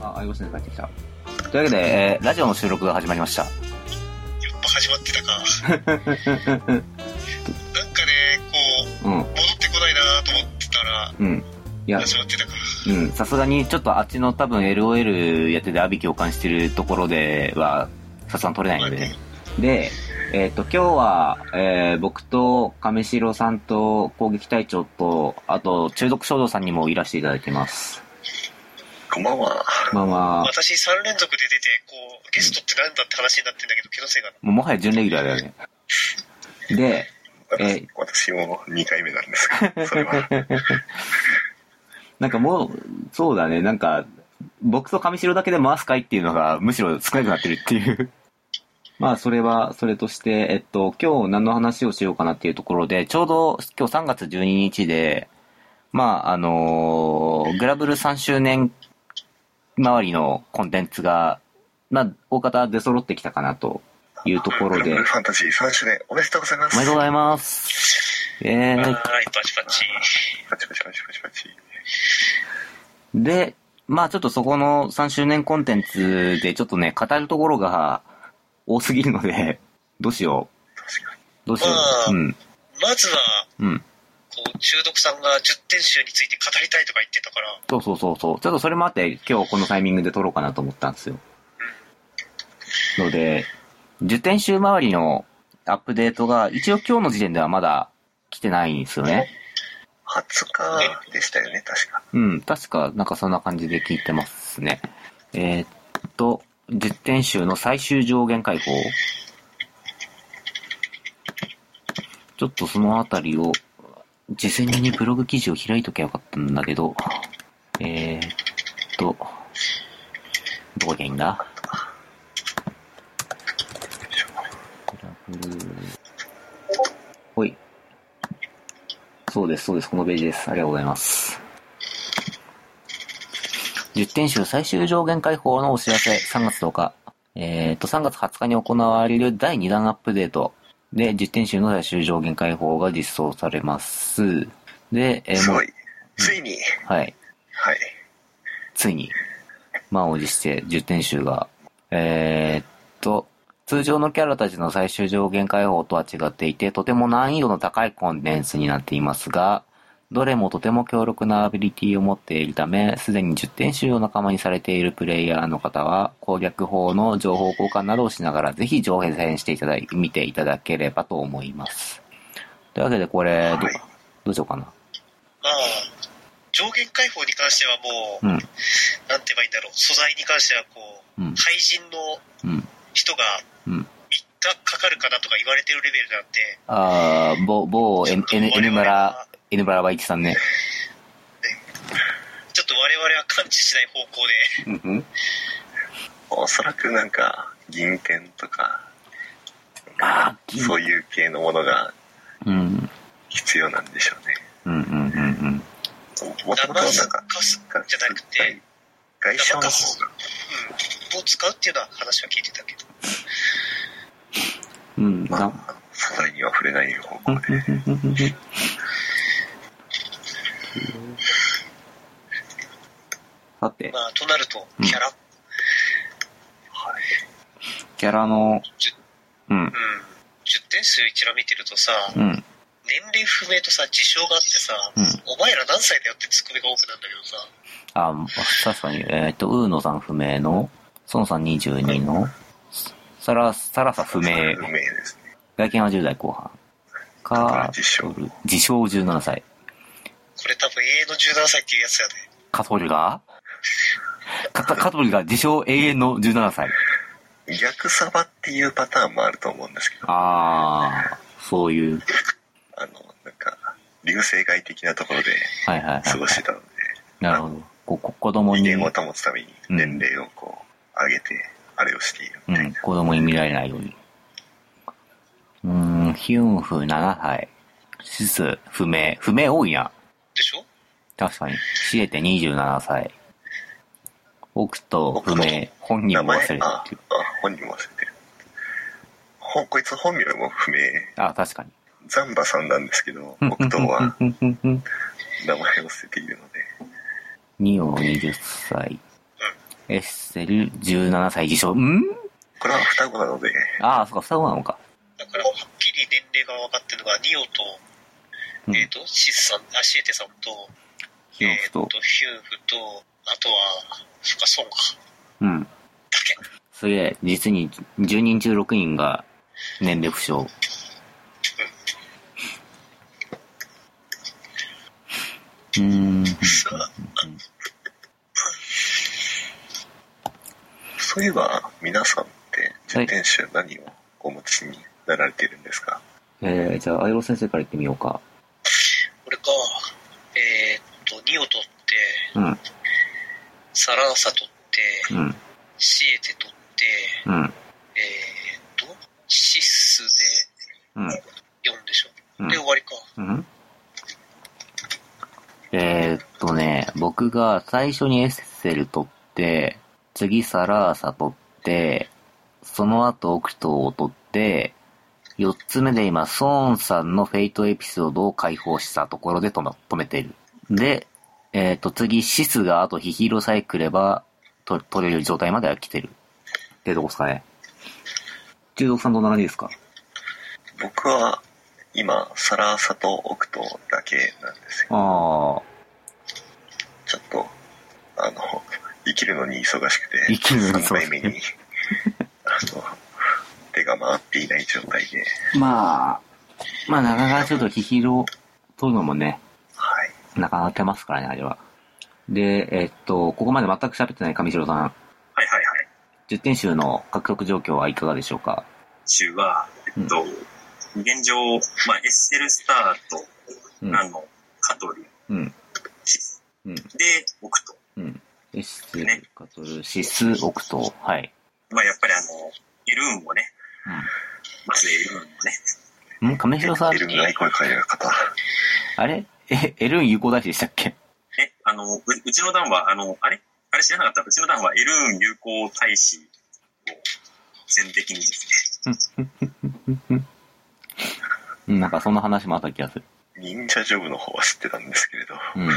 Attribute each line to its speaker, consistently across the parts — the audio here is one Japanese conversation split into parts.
Speaker 1: あ、ありますね、帰ってきた。というわけで、えーラジオの収録が始まりました。
Speaker 2: やっぱ始まっ てたか。なんかね、こう、
Speaker 1: うん、
Speaker 2: 戻ってこないなと思ってたら、
Speaker 1: うん。いや、
Speaker 2: 始まってたか。
Speaker 1: うん、さすがにちょっとあっちの多分 LOL やってて、アビ共感してるところでは、さすがに取れないので。で、えっ、と、今日は、えー僕と亀城さんと攻撃隊長と、あと、中毒衝動さんにもいらしていただいてます。
Speaker 3: こんばんは。
Speaker 1: まあまあ、
Speaker 2: 私3連続で出て、こう、ゲストってなんだって話になってんだけど、気のせいかな。
Speaker 1: もうもはや準レギュラーだよね。で、えい
Speaker 3: 私も2回目なんです が、それは。
Speaker 1: なんかもう、そうだね、なんか、僕と上白だけで回す会っていうのが、むしろ少なくなってるっていう。 まあ、それは、それとして、えっと、今日何の話をしようかなっていうところで、ちょうど今日3月12日で、まあ、あのーグラブル3周年周りのコンテンツが、まあ、大方出揃ってきたかなというとこ
Speaker 3: ブ
Speaker 1: ろ
Speaker 3: ル
Speaker 1: で
Speaker 3: ブル、ファンタジー3周年おめでとうございま
Speaker 1: おめ
Speaker 3: す。
Speaker 1: でとうございます。えー、
Speaker 2: はーい、パチパチ。
Speaker 3: パチパチパチパチパチ。
Speaker 1: で、まあちょっとそこの3周年コンテンツでちょっとね、語るところが多すぎるので、どうしよ
Speaker 3: 確かに。
Speaker 1: う。どうしよう。う
Speaker 2: ま
Speaker 1: ん。
Speaker 2: まずは、
Speaker 1: うん。
Speaker 2: こう、中毒さんが10点集について語りたいとか言ってたから、
Speaker 1: そうそうそうそう。ちょっとそれもあって、今日このタイミングで撮ろうかなと思ったんですよ。ので、受点集周りのアップデートが、一応今日の時点ではまだ来てないんですよね。
Speaker 3: 20日でしたよね、確か。
Speaker 1: うん、確か、なんかそんな感じで聞いてますね。えーっと、10点集の最終上限解放。ちょっとそのあたりを、事前にブログ記事を開いときゃよかったんだけど、えーっと、どこがいいんだグラフルほい。そうです、そうです、このページです。ありがとうございます。10点集最終上限解放のお知らせ、3月10日。えっ、と、3月20日に行われる第2弾アップデートで、10点集の最終上限解放が実装されます。で、えー
Speaker 3: す
Speaker 1: もう
Speaker 3: ご、い。ついに、
Speaker 1: はい、
Speaker 3: はい。
Speaker 1: ついに、満を持して10点集が、えーっと、通常のキャラたちの最終上限解放とは違っていて、とても難易度の高いコンテンツになっていますが、どれもとても強力なアビリティを持っているため、すでに10点集を仲間にされているプレイヤーの方は、攻略法の情報交換などをしながら、ぜひ上辺戦していただい、見ていただければと思います。というわけで、これ、ど
Speaker 3: はい、
Speaker 1: どうしようかな。
Speaker 2: まあ、上限解放に関してはもう、
Speaker 1: うん、
Speaker 2: なんて言えばいいんだろう、素材に関してはこう、
Speaker 1: うん、
Speaker 2: 廃人の
Speaker 1: うん、
Speaker 2: 人が
Speaker 1: うん。
Speaker 2: 3日かかるかなとか言われてるレベルなんで、
Speaker 1: ああ、某、某、N、N、N 村、N 村バイキさんね。
Speaker 2: ちょっと我々は感知しない方向で、
Speaker 1: うん
Speaker 3: おそらくなんか、銀券とか、
Speaker 1: あー銀
Speaker 3: そういう系のものが
Speaker 1: うん。
Speaker 3: 必要なんでしょうね。
Speaker 1: うん、うん、うん、
Speaker 3: もともとはなんか、
Speaker 2: 騙すかすじゃなくて、
Speaker 3: 外傷の方が、
Speaker 2: うん、を使うっていうのは話は聞いてたけど、
Speaker 1: うん。うん、
Speaker 3: ま
Speaker 1: だ
Speaker 3: あ、素材には触れない方
Speaker 1: うん
Speaker 3: 向で。
Speaker 1: うんうんうんうんさて、
Speaker 2: まあ、となると、キャラ、
Speaker 1: キャラの、うん
Speaker 2: う、ん、10点数一覧見てるとさ、
Speaker 1: うん、
Speaker 2: 年齢不明とさ、事象があってさ、
Speaker 1: うん。
Speaker 2: お前ら何歳だよってツッコミが多くなんだけどさ、
Speaker 1: あ、確かに、えっと、ウーノさん不明の、ソンさん22の、サラ、サラサ不明、
Speaker 3: 不明ですね。
Speaker 1: 外見は10代後半。
Speaker 3: だか、、
Speaker 1: から
Speaker 3: 自称。
Speaker 1: 自称17歳。
Speaker 2: これ多分永遠の17歳っていうやつやね。
Speaker 1: カトリがカカトリが自称永遠の17歳。
Speaker 3: 逆サバっていうパターンもあると思うんですけど、
Speaker 1: ああ、そういう。
Speaker 3: あの、なんか、流星街的なところで
Speaker 1: はいはいはい。
Speaker 3: 過ごしてたので、
Speaker 1: なるほど。ここ子供
Speaker 3: 威
Speaker 1: に、
Speaker 3: 厳を
Speaker 1: う
Speaker 3: 保つために
Speaker 1: うん
Speaker 3: 年齢をこう、上げて、あれをしているみたい
Speaker 1: ん、
Speaker 3: な。
Speaker 1: 子供に見られないように。うーん、ヒュンフ7歳。シス不明。不明多いな。
Speaker 2: でしょ
Speaker 1: 確かに。シエテ27歳。奥と不明。本人
Speaker 3: 名
Speaker 1: も忘
Speaker 3: 前
Speaker 1: れてる
Speaker 3: あ、あ
Speaker 1: っていう。
Speaker 3: 本人も忘れてる。ほこいつ本名も不明。
Speaker 1: あ、確かに。
Speaker 3: ザンバさんなんですけど、僕とは
Speaker 1: うんうん うんうん
Speaker 3: 名前を捨てているので、
Speaker 1: ニオ20歳。エッセル17歳自称。ん
Speaker 3: これは双子なので、
Speaker 1: ああ、そうか、双子なのか。
Speaker 2: だから、はっきり年齢が分かってるのが、ニオと、
Speaker 1: うん
Speaker 2: えっ、と、シスさん、あ、シエテさんと、
Speaker 1: ヒロ
Speaker 2: えっ、
Speaker 1: フと。
Speaker 2: と、ヒューフと、あとは、そっか、ソンか。
Speaker 1: うん。
Speaker 2: だけ。
Speaker 1: すげえ、実に10人中6人が年齢不詳。うーん。
Speaker 3: そういえば皆さんって自転車何をお持ちになられているんですか、
Speaker 1: えー、じゃあ、アイロ先生から行ってみようか。
Speaker 2: 俺か、えっ、と、ニオとって、
Speaker 1: うん、
Speaker 2: サラーサとって、
Speaker 1: うん、
Speaker 2: シエテとって、
Speaker 1: うん、
Speaker 2: えっ、と、シス
Speaker 1: うん、
Speaker 2: で4でしょ。
Speaker 1: うん
Speaker 2: で、終わりか。
Speaker 1: うん。えー、っとね、僕が最初にエッセル取って、次サラーサ取って、その後オクトを取って、四つ目で今、ソーンさんのフェイトエピソードを解放したところで止,、ま、止めてる。で、えーっと、次、シスがあとヒヒロさえ来れば、と取れる状態までは来てる。で、どこですかね。中毒さんどんな感じですか
Speaker 3: 僕は今、サラーサとオクトだけなんですよ。
Speaker 1: ああ。
Speaker 3: ちょっと、あの、生きるのに忙しくて、
Speaker 1: 生きるのに忙しくて
Speaker 3: 3回目に、あの、手が回っていない状態で、
Speaker 1: まあ、まあ、なかなかちょっとヒヒロ取るのもね、
Speaker 3: はい。
Speaker 1: なかなか手ますからね、あれは。で、えっと、ここまで全く喋ってない上白さん、
Speaker 4: はいはいはい。
Speaker 1: 10点集の獲得状況はいかがでしょうか
Speaker 4: 中は、えっと、現状、まあ、エッセルスターと、
Speaker 1: うん。
Speaker 4: あの、カトリン、
Speaker 1: うん。
Speaker 4: シス
Speaker 1: うん。
Speaker 4: で、オクト。
Speaker 1: うん。エステル、カトル、シス、オクト。はい。
Speaker 4: まあ、やっぱりあの、エルーンをね、まずエルーンをね、
Speaker 1: うん。ん上白さん
Speaker 3: エ、ルムない声かけ方。
Speaker 1: あれえ、エルン有効大使でしたっけ
Speaker 4: え、あの、ううちの団は、あの、あれあれ知らなかったうちの団は、エルーン友好大使を全的にですね。
Speaker 1: うん、なんかそんな話もあった気がする。
Speaker 3: 忍者ジョブの方は知ってたんですけれど、
Speaker 1: うん。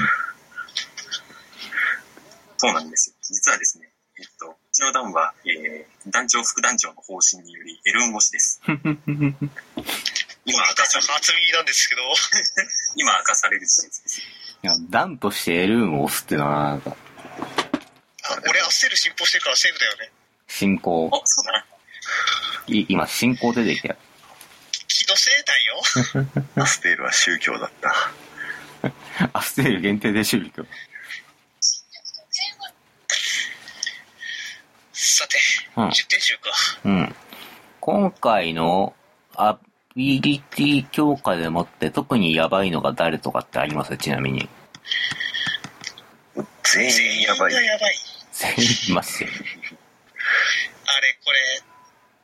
Speaker 4: そうなんですよ。実はですね、えっと、うちの団は、えー、団長、副団長の方針により、エルーン推しです。今明
Speaker 2: 僕
Speaker 4: か
Speaker 2: たち
Speaker 4: さ
Speaker 2: は
Speaker 4: れる、
Speaker 2: 初耳なんですけど、
Speaker 4: 今明かされる事実です。
Speaker 1: いや、ダンとしてエルンを押すっていうのは、なんか、
Speaker 2: あ 俺、焦る進歩してるからセーフだよね。
Speaker 1: 進行。
Speaker 4: お、そうだな。
Speaker 1: い今、進行出てきたよ。
Speaker 2: 気のせいだよ。
Speaker 3: アステールは宗教だった。
Speaker 1: アステール限定で修理君。
Speaker 2: さて、
Speaker 1: うん。
Speaker 2: 10点集か。
Speaker 1: うん。今回のアビリティ強化でもって特にやばいのが誰とかってありますちなみに。
Speaker 3: 全員やばい。
Speaker 2: 全員がやばい。
Speaker 1: 全員いますよ。
Speaker 2: あれ、これ、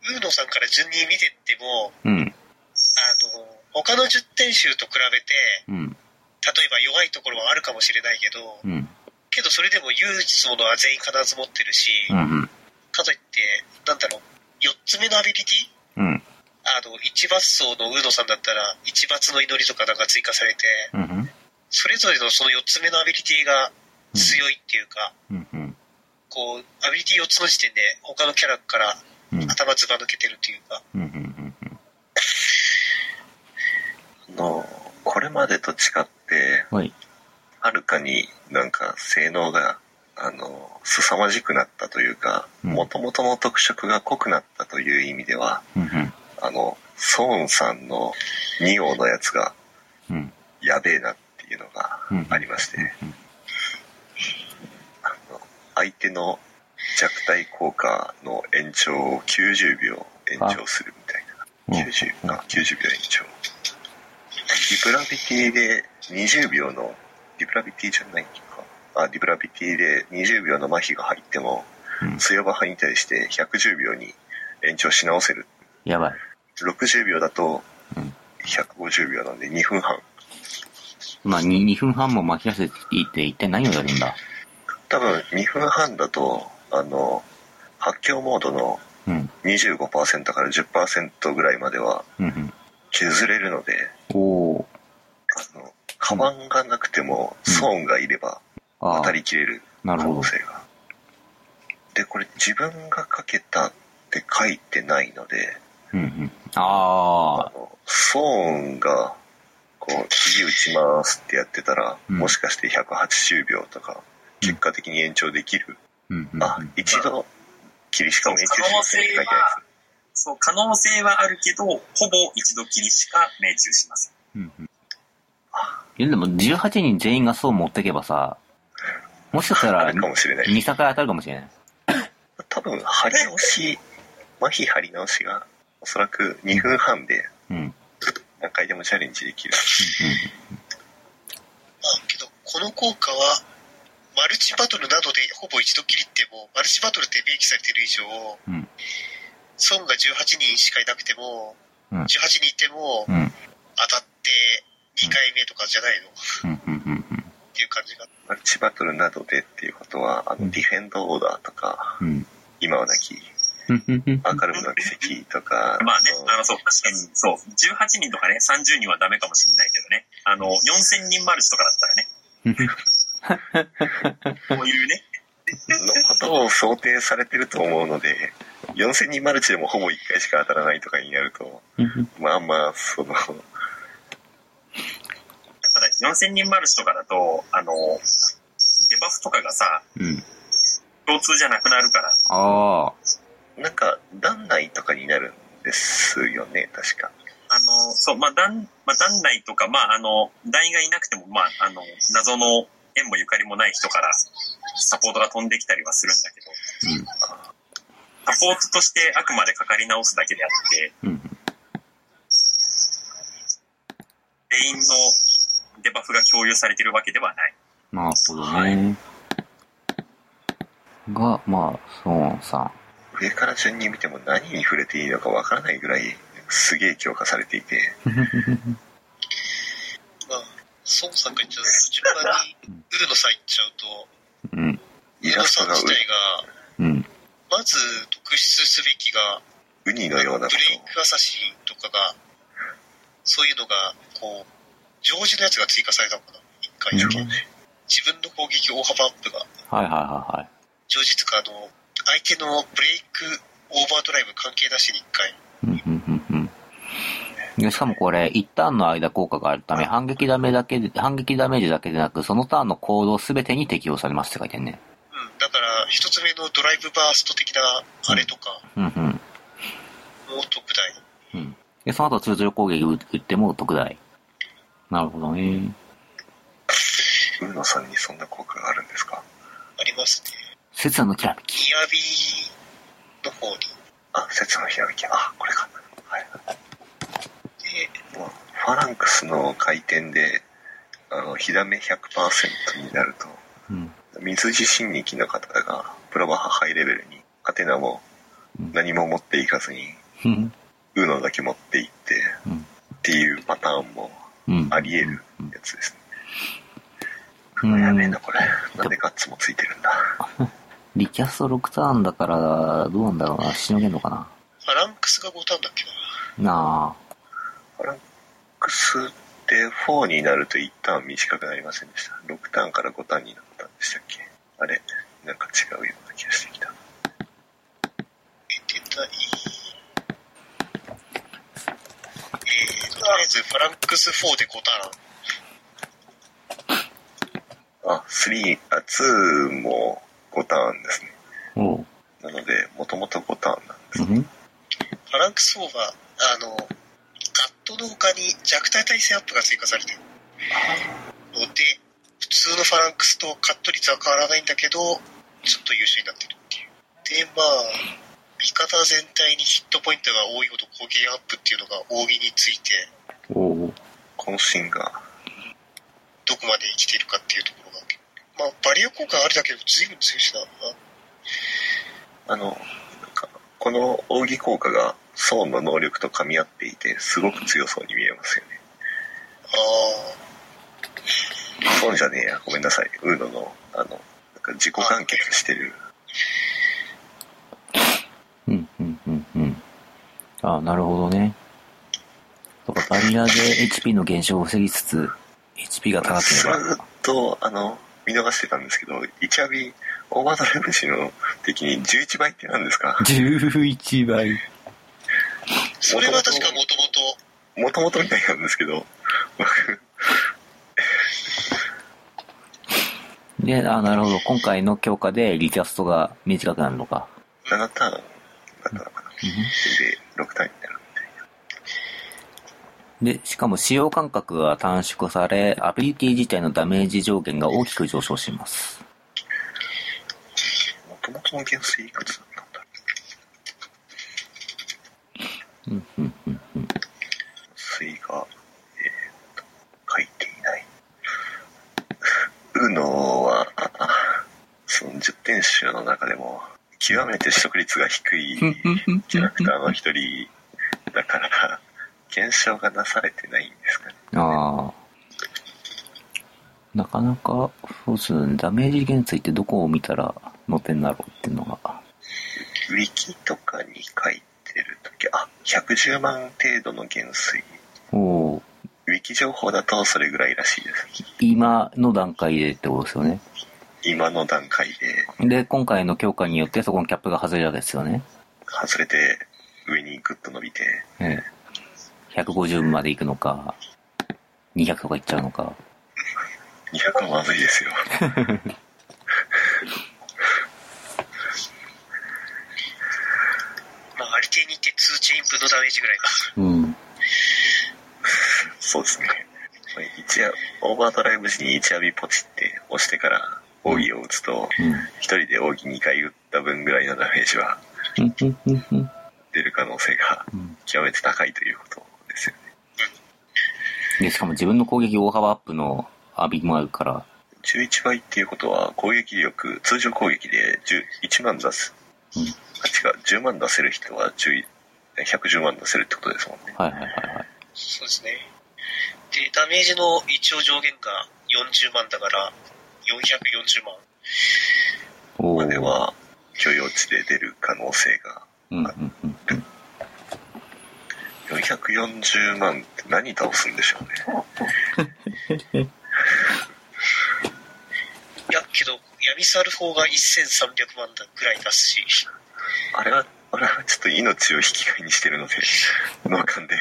Speaker 2: ウーノさんから順に見てっても、
Speaker 1: うん。
Speaker 2: あの、他の10点集と比べて、
Speaker 1: うん。
Speaker 2: 例えば弱いところはあるかもしれないけど、
Speaker 1: うん。
Speaker 2: けどそれでも唯一のものは全員必ず持ってるし、
Speaker 1: うん。うん。
Speaker 2: かといって、なんだろう、4つ目のアビリティ
Speaker 1: うん。
Speaker 2: あの、一抜走のウーノさんだったら、一抜の祈りとかなんか追加されて、
Speaker 1: うん。
Speaker 2: それぞれのその4つ目のアビリティが強いっていうか、
Speaker 1: うん。うん。
Speaker 2: こう、アビリティ4つの時点で他のキャラから
Speaker 1: うん。
Speaker 2: 頭ずば抜けてるっていうか、
Speaker 1: うん。うん。
Speaker 3: あの、これまでと違って、
Speaker 1: はい。
Speaker 3: はるかになんか性能が、あの、凄まじくなったというか、
Speaker 1: うん
Speaker 3: 元々の特色が濃くなったという意味では、
Speaker 1: うん。
Speaker 3: あの、ソーンさんの2王のやつが
Speaker 1: うん。
Speaker 3: やべえなっていうのがありまして、あの相手の弱体効果の延長を90秒延長するみたいな。90か90秒延長リプラビティで20秒のリプラビティじゃないかあリプラビティで20秒の麻痺が入っても
Speaker 1: うん
Speaker 3: 強バハに対して110秒に延長し直せる
Speaker 1: やばい。
Speaker 3: 60秒だと
Speaker 1: うん
Speaker 3: 150秒なんで2分半
Speaker 1: まあ、2, 2分半も巻き出していて一体何をやるんだ
Speaker 3: 多分2分半だとあの発狂モードの
Speaker 1: うん。
Speaker 3: 25%から10%ぐらいまでは
Speaker 1: うん。うん。
Speaker 3: 削れるので
Speaker 1: おー。
Speaker 3: あのカバンがなくても
Speaker 1: うん
Speaker 3: ソーンがいれば
Speaker 1: あ
Speaker 3: 渡
Speaker 1: ー
Speaker 3: りきれる
Speaker 1: なる
Speaker 3: 可
Speaker 1: ほど
Speaker 3: 能。性がで、これ自分が書けたって書いてないので、
Speaker 1: うんうん。あ
Speaker 3: あの、ソーンが、こう、次打ちますってやってたら、
Speaker 1: うん
Speaker 3: もしかして180秒とか、結果的に延長できる。
Speaker 1: ー。うんうん。
Speaker 3: あ、一度、切りしかも延長しませんって書いてある。
Speaker 4: そう、可能性はあるけど、ほぼ一度きりしか命中しません。
Speaker 1: うんうんいやでも18人全員がそう持ってけばさ、もしかした
Speaker 3: あ
Speaker 1: ら
Speaker 3: るかもしれない。
Speaker 1: 2作当たるかもしれない。
Speaker 3: 多分、貼り直し、麻痺貼り直しが、おそらく2分半で
Speaker 1: うん。うんうん
Speaker 3: 何回でもチャレンジできる。
Speaker 2: まあ、けど、この効果は、マルチバトルなどでほぼ一度きりっても、マルチバトルって明記されている以上、
Speaker 1: うん
Speaker 2: 損が18人しかいなくても、
Speaker 1: うん
Speaker 2: 18人いても
Speaker 1: う、ん。
Speaker 2: 当たって2回目とかじゃないの、っ
Speaker 1: うんうんうんうん。
Speaker 2: ていう感じが。
Speaker 3: マルチバトルなどでっていうことは、あ
Speaker 1: うん
Speaker 3: の、ディフェンドオーダーとか、
Speaker 1: うん。
Speaker 3: 今はなき、
Speaker 1: うんうんうん
Speaker 3: アーカルムの奇跡とか、
Speaker 4: まあね
Speaker 3: そ、の
Speaker 4: あの、そう、確かに、そう、18人とかね、30人はダメかもしれないけどね、あの、4000人マルチとかだった らね、こういうね、
Speaker 3: のことを想定されてると思うので、4000人マルチでもほぼ1回しか当たらないとかになると、まあまあ、その、
Speaker 4: ただ4000人マルチとかだと、あの、デバフとかがさ、
Speaker 1: うん。
Speaker 4: 共通じゃなくなるから、
Speaker 1: ああ。
Speaker 3: なんか、団内とかになるんですよね、確か。
Speaker 4: あの、そう、まあ、団、まあ、団内とか、まあ、あの、団員がいなくても、まあ、あの、謎の縁もゆかりもない人から、サポートが飛んできたりはするんだけど、
Speaker 1: うん
Speaker 4: サポートとしてあくまでかかり直すだけであって、
Speaker 1: うんうん。
Speaker 4: 全員のデバフが共有されてるわけではない。
Speaker 1: なるほどね。が、まあ、ソーンさ ん。
Speaker 3: 上から順に見ても何に触れていいのかわからないぐらい、すげえ強化されていて、
Speaker 2: まあ、孫さんが言っちゃうと、順番に、ウーノさん行っちゃうと、
Speaker 1: うん。
Speaker 3: イ
Speaker 2: ウー
Speaker 3: ラ
Speaker 2: ノ
Speaker 3: ス
Speaker 2: さ
Speaker 3: ト
Speaker 2: ん
Speaker 3: が
Speaker 2: 自体が、
Speaker 1: うん。
Speaker 2: まず特筆すべきが、
Speaker 3: ウウニ
Speaker 2: ブ
Speaker 3: の
Speaker 2: レイ
Speaker 3: ようなこ
Speaker 2: クアサシンとかが、そういうのが、こう、常時のやつが追加されたのかな、一回だけ。
Speaker 1: う
Speaker 2: 自分の攻撃大幅アップが、
Speaker 1: はいはいはいはい。
Speaker 2: 常時とか、あの、相手のブレイクオーバードライブ関係なしに一回。
Speaker 1: うんうんうんうん。で、しかもこれ、一ターンの間効果があるため、反撃ダメだけで、反撃ダメージだけでなく、そのターンの行動すべてに適用されますって書いてんね。
Speaker 2: うん、だから、一つ目のドライブバースト的なあれとか、
Speaker 1: うんうん。
Speaker 2: もう特大。
Speaker 1: うん。で、その後通常攻撃打打っても特大。なるほどね。
Speaker 3: と、ウーノさんにそんな効果があるんですか
Speaker 2: ありますね。
Speaker 1: 切なのきらめき。
Speaker 2: ニアビーの方に。
Speaker 3: あ、説のひらめき、あ、これか。はい。
Speaker 2: で、
Speaker 3: まあファランクスの回転で、あの、火ダメ100%になると、
Speaker 1: うん。
Speaker 3: 水地進撃の方がプロバハハイレベルにアテナも何も持っていかずに
Speaker 1: うん。
Speaker 3: ウーノだけ持っていって
Speaker 1: うん
Speaker 3: っていうパターンも
Speaker 1: うん。
Speaker 3: あり得るやつですね、
Speaker 1: うん
Speaker 3: やべえなこれなんでガッツもついてるんだ
Speaker 1: リキャスト6ターンだから、どうなんだろうな。しのげんのかな。
Speaker 2: あランクスが5ターンだっけ
Speaker 1: な
Speaker 2: な。
Speaker 1: あ。
Speaker 3: ファランクスで4になると1ターン短くなりませんでした6ターンから5ターンになったんでしたっけあれなんか違うような気がしてきた
Speaker 2: 出たい。えー、とりあえず、フランクス4で5ターン。
Speaker 3: あ3あ2も5ターンですね
Speaker 1: おう。
Speaker 3: なのでもともと5ターンなんで
Speaker 1: う
Speaker 3: す
Speaker 1: ん。
Speaker 2: フランクス4は、あの、ガットの他に弱体耐性アップが追加されてる。ので、普通のファランクスとカット率は変わらないんだけど、ちょっと優秀になってるっていう。で、まあ、味方全体にヒットポイントが多いほど攻撃アップっていうのが扇について、
Speaker 1: おう。
Speaker 3: 渾身が
Speaker 2: どこまで生きているかっていうところが。まあ、バリア効果あるだけでも随分強いしな。あ
Speaker 3: あの、なんかこの扇効果がソーンの能力と噛み合っていて、すごく強そうに見えますよね。
Speaker 2: あー。
Speaker 3: ソーンじゃねえや、ごめんなさい。ウーノの、あの、なんか自己完結してる。
Speaker 1: うん、うん、うん、うん。ああ、なるほどね。とか、バリアで HP の減少を防ぎつつ、HP が高け
Speaker 3: ず
Speaker 1: れば。
Speaker 3: ーっと、あの、見逃してたんですけど、イチャビ、オーバードライブ時の的に11倍って何ですか
Speaker 1: 11倍。
Speaker 2: それは確かもともと、
Speaker 3: もともとみたいなんですけど、僕、
Speaker 1: で、あ、なるほど。今回の強化でリキャストが短くなるのか。
Speaker 3: 7ターンだったのかな。で、6ターンになるみたいな。
Speaker 1: で、しかも使用間隔が短縮され、アビリティ自体のダメージ上限が大きく上昇します。
Speaker 3: もともとの減衰いくつだったんだろう。
Speaker 1: うん、うん、うん、うん。
Speaker 3: 水が、えー、と、書いていない。 うのは、その10点集の中でも、極めて取得率が低いキャラクターの一人だから、検証がなされてないんですかね。
Speaker 1: ああ。なかなか、そうですね。ダメージ減衰ってどこを見たら載ってんだろうっていうのが。
Speaker 3: ウィキとかに書いてるとき、あ、110万程度の減衰。
Speaker 1: おお
Speaker 3: ウィキ情報だとそれぐらいらしいです。
Speaker 1: 今の段階でってことですよね。
Speaker 3: 今の段階で
Speaker 1: で、今回の強化によってそこのキャップが外れるわけですよね。
Speaker 3: 外れて上にグッと伸びて、
Speaker 1: ええ。150まで行くのか、200とか行っちゃうのか。
Speaker 3: 200はまずいですよ。
Speaker 2: まあ、ありていに行って通知インプのダメージぐらいか。
Speaker 1: うん。
Speaker 3: そうですね。一夜、オーバードライブ時に一アビポチって押してから扇を打つと、一人で扇2回打った分ぐらいのダメージは
Speaker 1: うん、うん、うん、うん。
Speaker 3: 出る可能性が
Speaker 1: うん
Speaker 3: 極めて高いということですよね。
Speaker 1: で、しかも自分の攻撃大幅アップのアビもあるから、
Speaker 3: 11倍っていうことは攻撃力通常攻撃で10 1万出す、
Speaker 1: うん
Speaker 3: あ違う10万出せる人は10 110万出せるってことですもんね
Speaker 1: はいはいはいはい。
Speaker 2: そうですね。で、ダメージの一応上限が40万だから、440万。
Speaker 1: お
Speaker 3: ま
Speaker 1: ー
Speaker 3: では許容値で出る可能性が
Speaker 1: うん、うん、うん。
Speaker 3: 440万って何倒すんでしょうね
Speaker 2: いや、けど、闇猿法が1300万だぐらい出すし、
Speaker 3: あれはあれはちょっと命を引き換えにしてるので脳幹で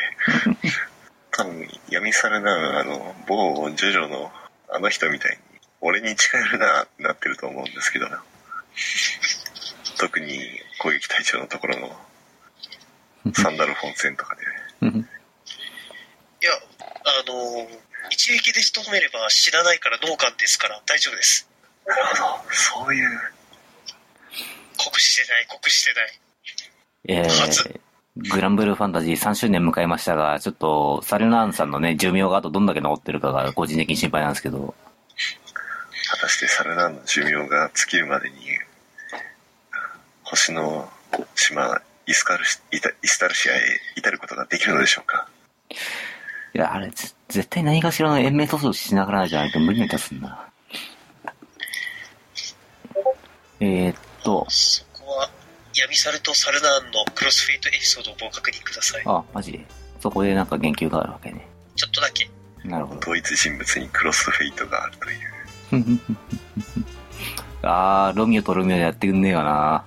Speaker 3: 多分闇猿なあの某ジョジョのあの人みたいに俺に近寄るなってなってると思うんですけど特に攻撃隊長のところのサンダル本線とかで
Speaker 1: うん
Speaker 2: いや、あのー一撃で仕留めれば死なないから脳幹ですから大丈夫です。
Speaker 3: なるほどそういう
Speaker 2: 酷使してない、酷使してない。
Speaker 1: えー、グランブルーファンタジー3周年迎えましたが、ちょっと、サルナーンさんのね、寿命があとどんだけ残ってるかが個人的に心配なんですけど、
Speaker 3: 果たしてサルナンの寿命が尽きるまでに星の島イスカルシイタイスタルシアへ至ることができるのでしょうか
Speaker 1: いや、あれ、ぜ絶対何かしらの延命塗装しながらじゃないと無理な気がすんな。えー、っと、
Speaker 2: そこは、闇猿とサルナーンのクロスフェイトエピソードをご確認ください。
Speaker 1: あ、マジで。そこでなんか言及があるわけね。
Speaker 2: ちょっとだけ。
Speaker 1: なるほど。
Speaker 3: 同一人物にクロスフェイトがあるという
Speaker 1: あー、ロミオとロミオでやってくんねえよな。